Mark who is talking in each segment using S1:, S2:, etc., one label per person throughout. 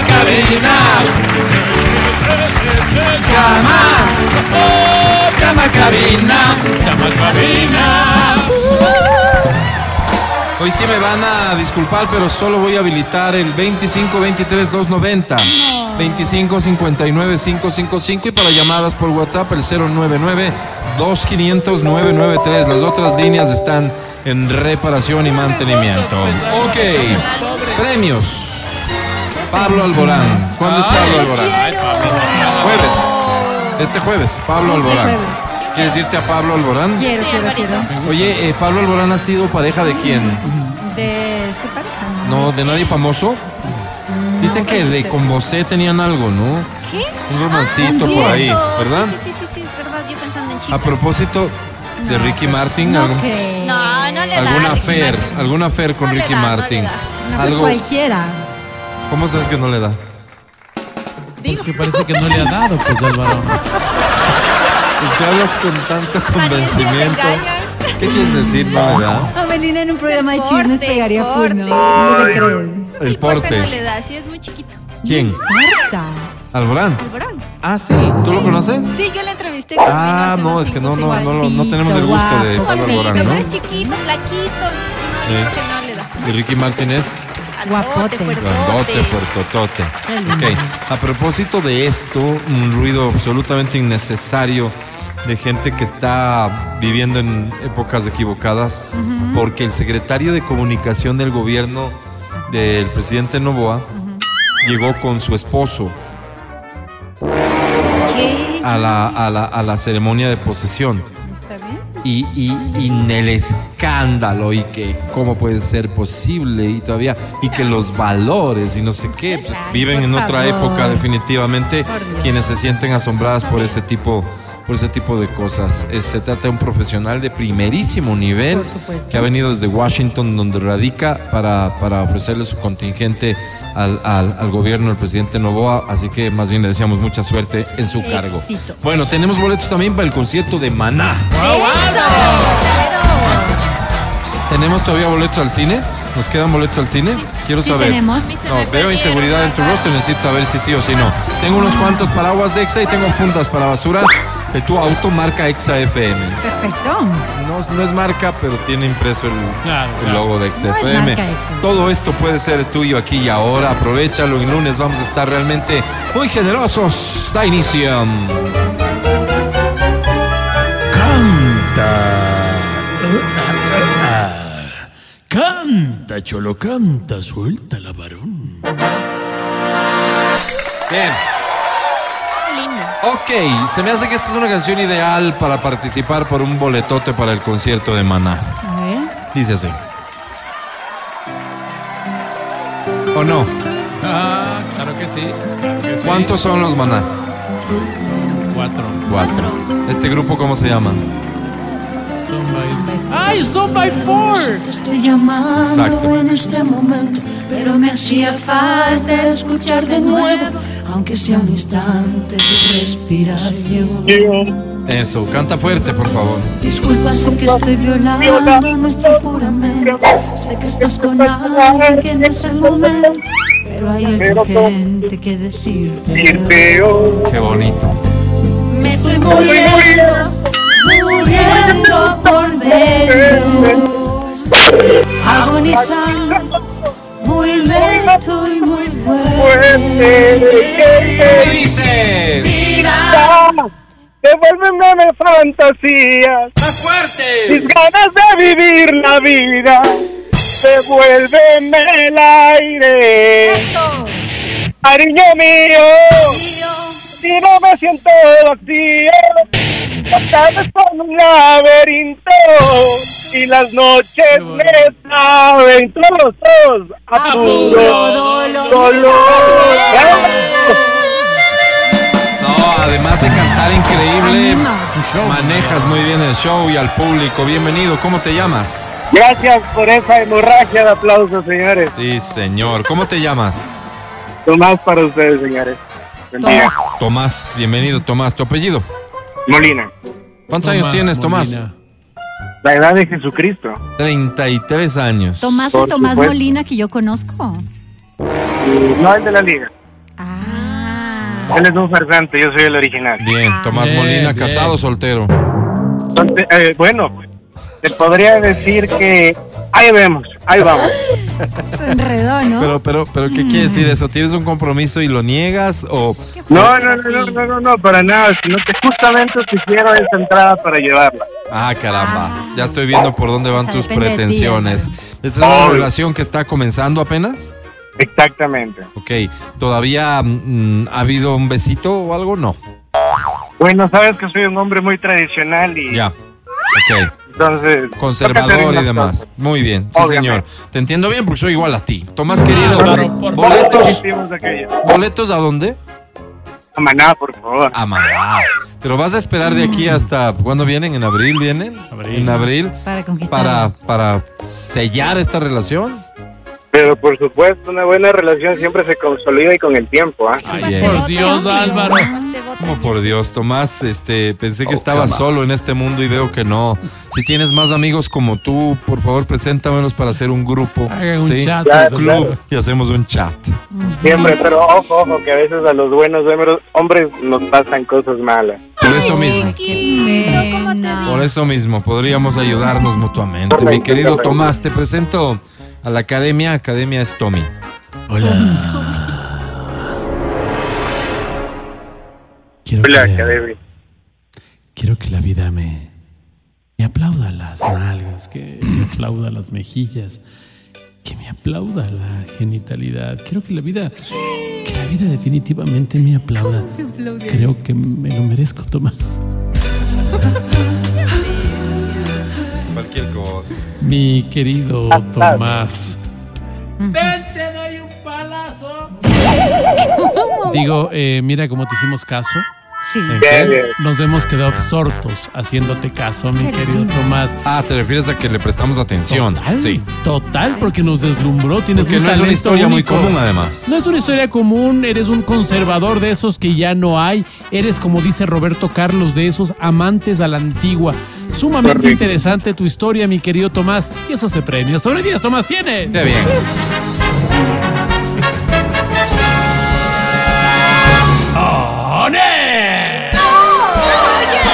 S1: cabinas. Llama, oh, llama cabina, llama cabina.
S2: Hoy sí me van a disculpar, pero solo voy a habilitar el 25 23 290 25 59 555 y para llamadas por WhatsApp el 099 2500 993. Las otras líneas están en reparación y mantenimiento. Ok, premios. Pablo Alborán. ¿Cuándo
S3: Ah.
S2: es Pablo Alborán? Jueves. Este jueves, Pablo
S3: Este
S2: Alborán.
S3: jueves.
S2: ¿Quieres irte a Pablo Alborán?
S3: Quiero, quiero, quiero.
S2: Oye, eh, Pablo Alborán ha sido pareja de quién?
S3: De su pareja. ¿no?
S2: No, de nadie famoso. Dicen que
S4: pues,
S2: de
S4: este,
S2: con Bosé tenían algo, ¿no?
S4: ¿Qué?
S2: Un romancito
S4: Ah,
S2: por ahí,
S4: cierto.
S2: ¿verdad?
S4: Sí, sí, sí, sí, sí, es verdad. Yo pensando en
S2: A
S4: chicas.
S2: propósito de Ricky Martin, algún-
S3: No creo.
S4: No, no pues, le da.
S2: alguna
S4: Ricky
S2: affair,
S4: Martin.
S2: alguna affair con
S4: No le
S2: Ricky
S4: da, no le
S2: Martin.
S4: da.
S3: No, pues
S2: Algo,
S3: cualquiera.
S2: ¿Cómo sabes que no le da?
S4: Digo,
S5: Porque parece que no le ha dado, pues Álvaro.
S2: Es que Pues hablas con tanto convencimiento.
S4: engañan.
S2: ¿Qué quieres decir, no le da?
S3: Avelina en un programa de
S4: El
S3: chismes
S4: porte,
S3: pegaría
S4: el
S3: full, ¿no? No
S4: porte.
S3: le creo.
S2: El
S4: no le
S2: porte.
S4: da, sí, es muy chiquito.
S2: ¿Quién?
S3: Marta.
S2: Alborán.
S4: Alborán.
S2: Ah, sí. ¿Tú lo conoces?
S4: Sí, pues yo la entrevisté con
S2: Ah, no, es que no, no, no, lo- no tenemos el gusto de Pablo
S4: Conmigo,
S2: Alborán,
S4: pero
S2: ¿no?
S4: es chiquito, flaquito. No,
S2: Sí.
S4: yo creo que no le da.
S2: Y Ricky Martin es...
S3: Guapote.
S4: Guapote,
S2: Grandote,
S4: puertote.
S2: puertotote.
S3: Qué lindo.
S2: Ok, a propósito de esto, un ruido absolutamente innecesario de gente que está viviendo en épocas equivocadas, porque el secretario de comunicación del gobierno del presidente Novoa llegó con su esposo
S3: ¿Qué?
S2: a la, a la, a la ceremonia de posesión.
S3: ¿Está bien?
S2: y, y, y en el escándalo y que cómo puede ser posible y todavía y que los valores y no sé qué pues,
S3: Ay,
S2: viven
S3: por
S2: en otra
S3: favor.
S2: época definitivamente
S3: Por Dios.
S2: quienes se sienten asombradas por ese tipo por ese tipo de cosas. Eh, se trata de un profesional de primerísimo nivel
S3: Por supuesto.
S2: que ha venido desde Washington, donde radica, para, para ofrecerle su contingente al, al- al gobierno del presidente Novoa. Así que más bien le deseamos mucha suerte en su cargo.
S3: Éxitos.
S2: Bueno, tenemos boletos también para el concierto de Maná. ¿Tenemos todavía boletos al cine? ¿Nos quedan boletos al cine? Quiero
S3: Sí
S2: saber.
S3: tenemos.
S2: No, veo inseguridad en tu rostro, necesito saber si sí o si no. Tengo unos cuantos paraguas de EXA y tengo fundas para basura de tu auto marca EXA FM.
S3: Perfecto.
S2: No, no es marca, pero tiene impreso el,
S5: Claro,
S2: el
S5: claro.
S2: logo de
S3: No es
S2: XFM.
S3: marca EXA.
S2: Todo esto puede ser tuyo aquí y ahora. Aprovechalo. El lunes vamos a estar realmente muy generosos. Da inicio.
S5: Canta, cholo, canta, suelta la varón.
S2: Bien.
S4: Linda.
S2: Ok, se me hace que esta es una canción ideal para participar por un boletote para el concierto de Maná.
S3: A ver.
S2: Dice así. ¿O no?
S5: Ah, claro que sí. claro que sí.
S2: ¿Cuántos son los Maná?
S5: Cuatro.
S2: Cuatro. ¿Este grupo cómo se llama?
S5: Son by...
S1: Ah,
S5: ¡Ay, son by four!
S6: Te estoy llamando
S2: Exacto.
S6: en este momento, pero me hacía falta escuchar de nuevo, aunque sea un instante tu respiración.
S2: Eso, canta fuerte, por favor.
S6: Disculpa, sé que estoy violando nuestro juramento. Sé que estás con alguien que no es el momento, pero hay algo urgente que decirte.
S2: Qué bonito.
S6: Me estoy muriendo, muriendo por dentro. Agonizando, muy lento y muy fuerte.
S2: ¿Qué dices?
S6: Mira,
S7: Devuélveme mis fantasías,
S2: ¡Más fuerte!
S7: mis ganas de vivir la vida. Devuélveme el aire, cariño mío. Si no me siento vacío, las tardes son un laberinto y las noches me saben todos, todos a puro dolor.
S2: No, además de cantar increíble,
S3: Anima.
S2: manejas muy bien el show y al público. Bienvenido, ¿cómo te llamas?
S7: Gracias por esa hemorragia de aplausos, señores.
S2: Sí, señor. ¿Cómo te llamas?
S7: Tomás para ustedes, señores. Bendiga.
S2: Tomás, bienvenido, Tomás. ¿Tu apellido?
S7: Molina,
S2: ¿Cuántos años tienes, Tomás?
S5: Molina.
S7: la edad de Jesucristo.
S2: 33 años.
S3: Tomás y
S7: Por
S3: Tomás
S7: supuesto.
S3: Molina que yo conozco.
S7: No el de la liga.
S3: Ah,
S6: Ah,
S7: Él es un farsante, yo soy el original.
S2: Bien, Tomás
S5: Bien,
S2: Molina,
S5: bien.
S2: casado, soltero.
S7: Entonces, eh, bueno, te podría decir que ahí vemos, ahí vamos.
S3: Se enredó, ¿no?
S2: Pero, pero, pero, ¿qué quiere
S6: Mm.
S2: decir eso? ¿Tienes un compromiso y lo niegas o
S7: No, no, no, no, no, no, no, para nada, sino que justamente te quiero esa entrada para llevarla.
S2: Ah, caramba. Ya estoy viendo por dónde van
S6: O sea,
S2: tus
S6: depende de ti,
S2: pretensiones. ¿Esta es una relación que está comenzando apenas?
S7: Exactamente.
S2: Ok. ¿Todavía mm, ha habido un besito o algo? No.
S7: Bueno, sabes que soy un hombre muy tradicional y
S2: Ya. Ok.
S7: entonces...
S2: Conservador y demás. Muy bien. Sí,
S7: Obviamente.
S2: señor. Te entiendo bien porque soy igual a ti. Tomás, querido.
S5: claro, por
S2: boletos.
S7: Boletos.
S2: ¿Boletos a dónde?
S7: Maná, por favor.
S2: A Maná. Pero vas a esperar de aquí hasta. ¿Cuándo vienen? ¿En abril vienen?
S5: Mm. Abril.
S2: ¿En abril?
S6: Para conquistar.
S2: Para, para sellar esta relación.
S7: Pero por supuesto, una buena relación siempre se consolida y con el tiempo, ¿ah?
S5: Ay,
S2: Ay,
S5: por
S2: eh.
S5: Dios, Álvaro.
S2: Como Oh, por Dios, Tomás, este, pensé
S5: Oh,
S2: que estabas solo en este mundo y veo que no. Si tienes más amigos como tú, por favor, preséntamelos para hacer un grupo.
S5: Hagan un
S2: ¿sí?
S5: chat.
S7: Ya,
S5: eso.
S2: Club y hacemos un chat.
S7: Siempre, pero ojo, ojo, que a veces a los buenos hom- hombres nos pasan cosas malas.
S2: Por eso mismo,
S4: Chiquito, ¿cómo te
S6: pena.
S4: digo?
S2: por eso mismo, podríamos ayudarnos mutuamente. Mi querido Tomás, te presento a la academia. Academia es Tommy.
S1: Hola.
S5: Quiero,
S7: Hola,
S5: que la,
S7: Academy.
S5: quiero que la vida me, me aplauda las nalgas, que me aplauda las mejillas, que me aplauda la genitalidad. Quiero que la vida, que la vida definitivamente me aplauda. Creo que me lo merezco, Tomás.
S2: Cualquier cosa.
S5: Mi querido Tomás. Ven, te doy un palazo. Digo, eh, mira cómo te hicimos caso.
S3: Sí.
S5: ¿En
S7: Ya,
S5: qué?
S7: ya.
S5: Nos hemos quedado absortos haciéndote caso, mi
S3: Qué
S5: querido
S3: lindo.
S5: Tomás.
S2: Ah, te refieres a que le prestamos atención.
S5: Total,
S2: Sí.
S5: total, porque nos deslumbró. Tienes
S2: Porque
S5: un
S2: no es una
S5: talento
S2: historia muy
S5: único.
S2: común, además.
S5: No es una historia común, eres un conservador de esos que ya no hay, eres como dice Roberto Carlos, de esos amantes a la antigua. Sumamente
S7: Correcto.
S5: interesante tu historia, mi querido Tomás, y eso se premia. Sobre 10, Tomás, tienes.
S2: Está bien.
S5: ¡One!
S4: Oye,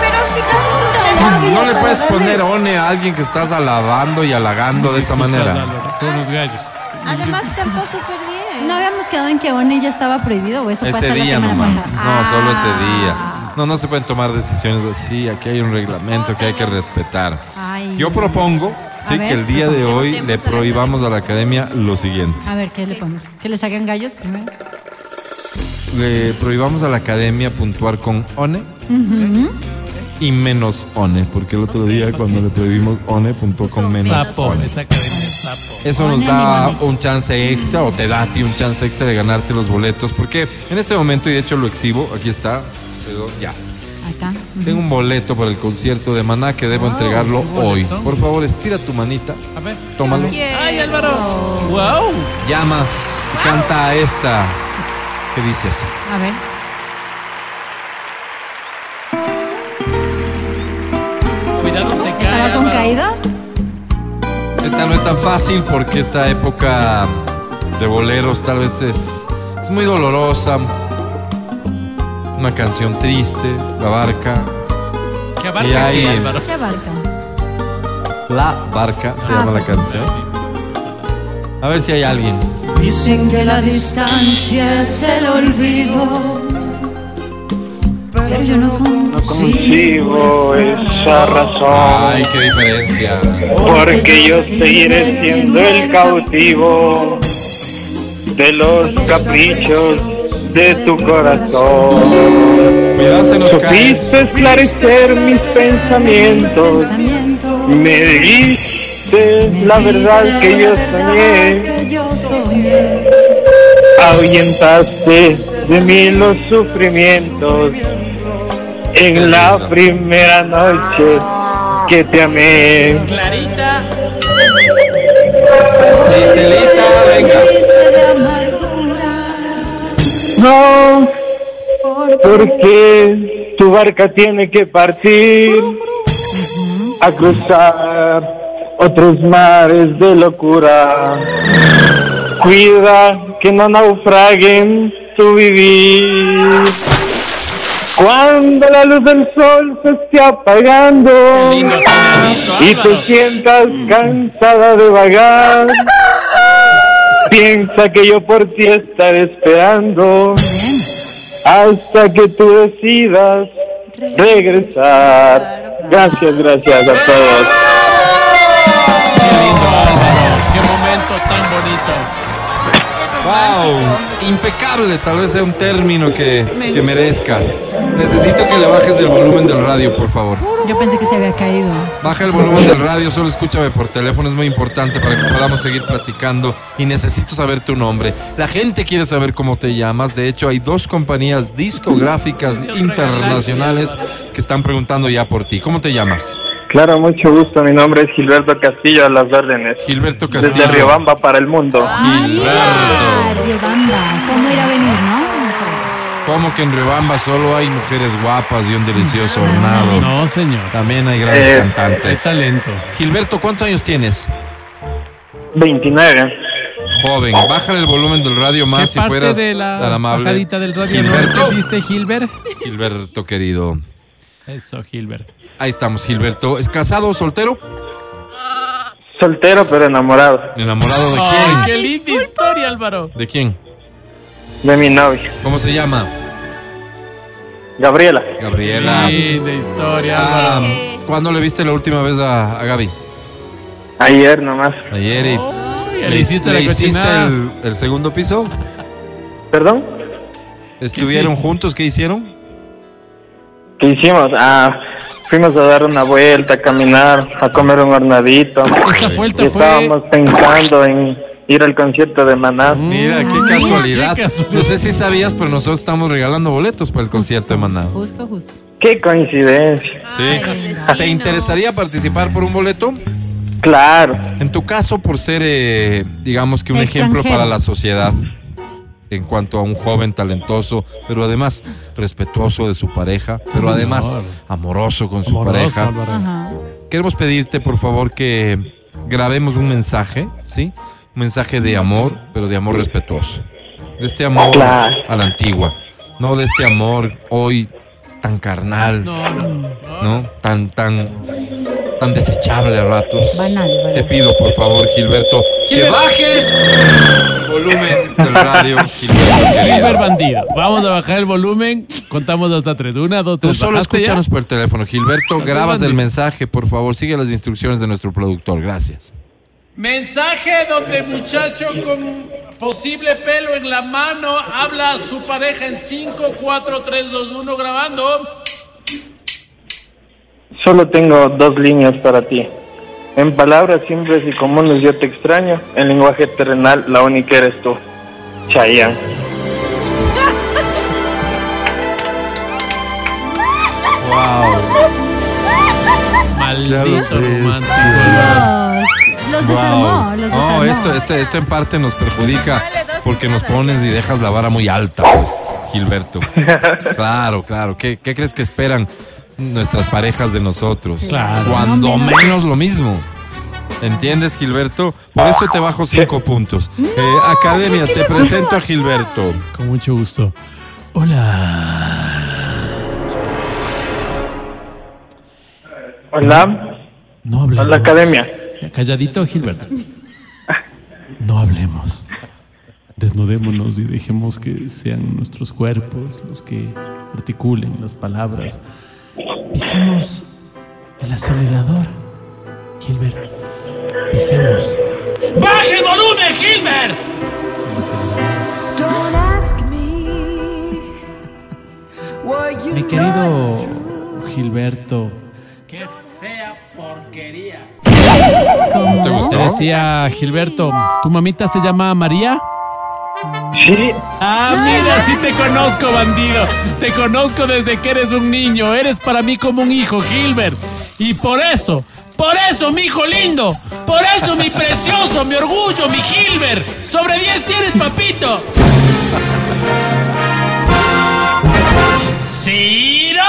S4: pero si tanto labia
S2: No le
S4: para
S2: puedes
S4: darle-
S2: poner one a alguien que estás alabando y halagando de esa manera.
S5: Son los gallos.
S4: Además cantó súper bien.
S3: No habíamos quedado en que One ya estaba prohibido o eso fue
S2: Ese
S3: hasta la
S2: día
S3: semana
S2: nomás.
S3: pasada?
S2: No, solo ese
S3: Ah.
S2: día. No, no se pueden tomar decisiones así. Aquí hay un reglamento que hay que respetar.
S3: Ay.
S2: Yo propongo
S3: A
S2: sí,
S3: ver,
S2: que el día de
S4: propongo.
S2: hoy
S4: Votemos
S2: le
S4: a la
S2: prohibamos a la academia lo siguiente.
S3: A ver, ¿qué le ponemos? ¿Que le saquen gallos primero?
S2: Le eh, prohibamos a la academia puntuar con one y menos one, porque el otro día cuando le prohibimos one puntuó con menos
S5: Sapo,
S2: one.
S5: esa academia es sapo.
S2: Eso
S3: One
S2: nos
S3: y
S2: da
S3: menos.
S2: un chance extra o te da a ti un chance extra de ganarte los boletos, porque en este momento, y de hecho lo exhibo, aquí está, pero ya.
S3: Acá.
S2: Tengo un boleto para el concierto de Maná que debo entregarlo
S5: qué
S2: hoy.
S5: boletón.
S2: Por favor, estira tu manita,
S5: A ver.
S2: tómalo,
S4: Quiero.
S5: ¡Ay, Álvaro! ¡Wow!
S2: llama y canta a esta que dice así.
S3: A ver.
S5: Cuidado, se cae.
S3: ¿Estaba con
S5: Álvaro.
S3: caída?
S2: Esta no es tan fácil porque esta época de boleros tal vez es, es muy dolorosa. Una canción triste, la barca.
S5: Que abarca
S2: Y
S5: aquí,
S2: ahí-
S5: Álvaro.
S3: ¿Qué barca?
S2: La barca se llama la canción. A ver si hay alguien.
S6: Dicen que la distancia es el olvido. Pero yo no
S7: Sigo
S6: consigo
S7: esa razón,
S2: Ay, qué diferencia.
S7: porque yo seguiré siendo el cautivo de los caprichos de tu corazón.
S2: Cuidado, se nos cae.
S7: Supiste esclarecer mis pensamientos,
S6: pensamiento.
S7: me dijiste la verdad que yo soñé.
S6: que yo soñé.
S7: ahuyentaste de mí los sufrimientos en la primera noche que te amé.
S2: Giselita, venga.
S6: Triste de amargura.
S7: No,
S6: Por
S7: porque tu barca tiene que partir a cruzar otros mares de locura. Cuida que no naufraguen tu vivir. Cuando la luz del sol se esté apagando
S1: lindo, Tonadito,
S7: y te
S1: Álvaro.
S7: sientas cansada de vagar, piensa que yo por ti estaré esperando hasta que tú decidas regresar. Gracias, gracias a todos.
S1: Qué momento tan bonito.
S2: Wow, impecable, tal vez sea un término que, que merezcas. Necesito que le bajes el volumen del radio, por favor.
S3: Yo pensé que se había caído.
S2: Baja el volumen del radio, solo escúchame por teléfono, es muy importante para que podamos seguir platicando y necesito saber tu nombre. La gente quiere saber cómo te llamas, de hecho hay dos compañías discográficas internacionales que están preguntando ya por ti. ¿Cómo te llamas?
S7: Claro, mucho gusto. Mi nombre es Gilberto Castillo, a las órdenes.
S2: Gilberto
S7: Desde
S2: Castillo.
S7: Riobamba para el mundo.
S3: Ah, mira,
S2: Gilberto.
S3: Riobamba. ¿Cómo irá a venir, no? No sé.
S2: ¿Cómo que en Rebamba solo hay mujeres guapas y un delicioso hornado?
S5: No, señor.
S2: También hay grandes
S7: Eh,
S5: Es
S2: cantantes.
S5: talento.
S2: Gilberto, ¿cuántos años tienes?
S7: 29.
S2: Joven, bájale el volumen del radio
S5: ¿Qué
S2: más si
S5: parte
S2: fueras
S5: de la
S2: tan amable.
S5: bajadita del radio no
S2: Gilberto,
S5: entendiste, Gilbert?
S2: Gilberto querido.
S5: Eso, Gilbert.
S2: Ahí estamos, Gilberto. ¿Es casado o soltero?
S7: Soltero pero enamorado
S2: ¿Enamorado de
S5: ¡Ay,
S2: quién?
S5: qué linda historia, Álvaro!
S2: ¿De quién?
S7: de mi novia,
S2: ¿Cómo se llama?
S7: Gabriela.
S2: Gabriela.
S5: Linda historia,
S2: Ah,
S5: Álvaro.
S2: ¿Cuándo le viste la última vez a, a Gaby?
S7: Ayer nomás.
S2: Ayer. Y
S5: Ya Oh. Le hiciste la
S2: hiciste
S5: cochinada.
S2: el, el segundo piso?
S7: ¿Perdón?
S2: ¿Estuvieron
S5: hiciste?
S2: juntos? ¿Qué hicieron?
S7: ¿Qué hicimos? Ah, fuimos a dar una vuelta, a caminar, a comer un hornadito.
S5: Esta
S7: Y
S5: vuelta fue
S7: estábamos pensando en ir al concierto de Maná.
S5: Mm.
S2: Mira, qué
S3: mira,
S2: casualidad.
S5: qué casualidad.
S2: No sé si sabías, pero nosotros estamos regalando boletos para el concierto de Maná.
S3: Justo, justo.
S7: ¡Qué coincidencia!
S2: Sí. ¿Te interesaría participar por un boleto?
S7: Claro.
S2: En tu caso, por ser, eh, digamos que un ejemplo
S3: Extranjero.
S2: para la sociedad en cuanto a un joven talentoso, pero además respetuoso de su pareja, pero
S5: señor.
S2: además amoroso con su
S5: amoroso,
S2: pareja.
S5: Álvaro.
S3: Ajá.
S2: Queremos pedirte, por favor, que grabemos un mensaje, ¿sí? Un mensaje de amor, pero de amor respetuoso. De este amor
S7: Claro.
S2: a la antigua, no de este amor hoy tan carnal,
S5: No, no.
S2: ¿no? Tan, tan, tan desechable a ratos.
S3: Banal, banal.
S2: Te pido, por favor, Gilberto, que
S5: Gilbert.
S2: bajes el volumen del radio, Gilberto, querido.
S5: Gilbert bandido. Vamos a bajar el volumen. Contamos hasta tres. Una, dos,
S2: Tú
S5: tres.
S2: solo
S5: ¿Bajaste ya?
S2: escúchanos por teléfono, Gilberto.
S5: Nos
S2: Grabas
S5: mandan.
S2: el mensaje, por favor. Sigue las instrucciones de nuestro productor. Gracias.
S5: Mensaje donde muchacho con posible pelo en la mano habla a su pareja en 5, 4, 3, 2, 1 grabando.
S7: Solo tengo dos líneas para ti. En palabras simples y comunes yo te extraño, en lenguaje terrenal la única eres tú. Chayanne.
S5: Maldito
S2: Claro que
S5: romántico.
S3: Los, los desarmó, los desarmó.
S2: No, esto, esto, esto en parte nos perjudica porque nos pones y dejas la vara muy alta, pues, Gilberto. Claro, claro. ¿Qué, qué crees que esperan nuestras parejas de nosotros?
S5: Claro.
S2: Cuando
S3: No, menos.
S2: menos lo mismo. ¿Entiendes, Gilberto? Por eso te bajo cinco puntos. Eh, academia, te presento a Gilberto.
S5: Con mucho gusto. Hola.
S7: Hola,
S5: No hablemos.
S7: hola academia.
S5: Calladito, Gilberto. No hablemos. Desnudémonos y dejemos que sean nuestros cuerpos los que articulen las palabras. Pisemos el acelerador, Gilbert. Pisemos
S1: ¡Baje el volumen, Gilbert!
S5: el acelerador.
S6: Don't ask me what you
S5: Mi
S6: know
S5: querido
S6: is true.
S5: Gilberto,
S1: Que sea porquería.
S2: ¿No te
S5: te
S2: gustó?
S3: Ah,
S5: decía Gilberto, ¿tu mamita se llama María?
S7: Sí,
S5: Ah, mira, sí te conozco, bandido. Te conozco desde que eres un niño. Eres para mí como un hijo, Gilbert. Y por eso, por eso, mi hijo lindo. Por eso, mi precioso, mi orgullo, mi Gilbert. Sobre 10 tienes, papito. ¡Ciro!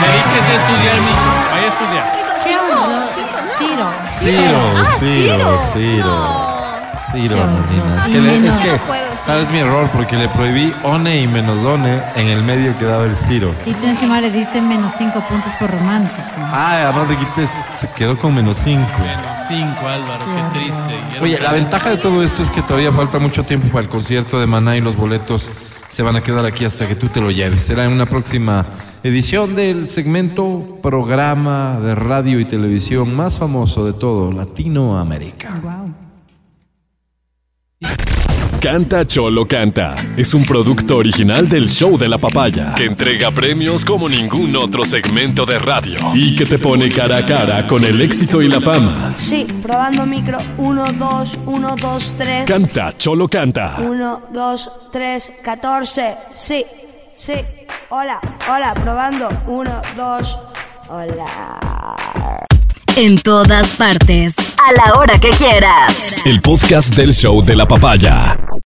S5: Dedíquese a estudiar, mi hijo. Vaya a estudiar.
S4: Cinco, cinco, no.
S3: Ciro.
S2: Ciro,
S4: Ah,
S2: Ciro, Ciro.
S4: No.
S2: Tiro,
S3: No,
S2: Nina.
S3: no.
S2: Es que, le-
S3: Sí,
S2: es
S3: no.
S2: que
S8: No puedo, sí.
S2: tal es mi error porque le prohibí one y menos one en el medio que daba el Ciro.
S3: Y tú encima le diste menos cinco puntos por romántico.
S2: Ah, además de quites, se quedó con menos 5.
S5: Menos cinco, Álvaro, qué triste.
S2: Oye, la ventaja de todo esto es que todavía falta mucho tiempo para el concierto de Maná y los boletos se van a quedar aquí hasta que tú te lo lleves. Será en una próxima edición del segmento programa de radio y televisión más famoso de todo Latinoamérica.
S3: Wow.
S9: Canta Cholo Canta es un producto original del show de la papaya que entrega premios como ningún otro segmento de radio y que te pone cara a cara con el éxito y la fama.
S4: Sí, probando micro. 1, 2, 1, 2, 3.
S9: Canta Cholo Canta.
S4: 1, 2, 3, 14. Sí, sí. Hola, hola, probando. 1, 2, hola.
S10: En todas partes. A la hora que quieras.
S9: El podcast del show de la papaya.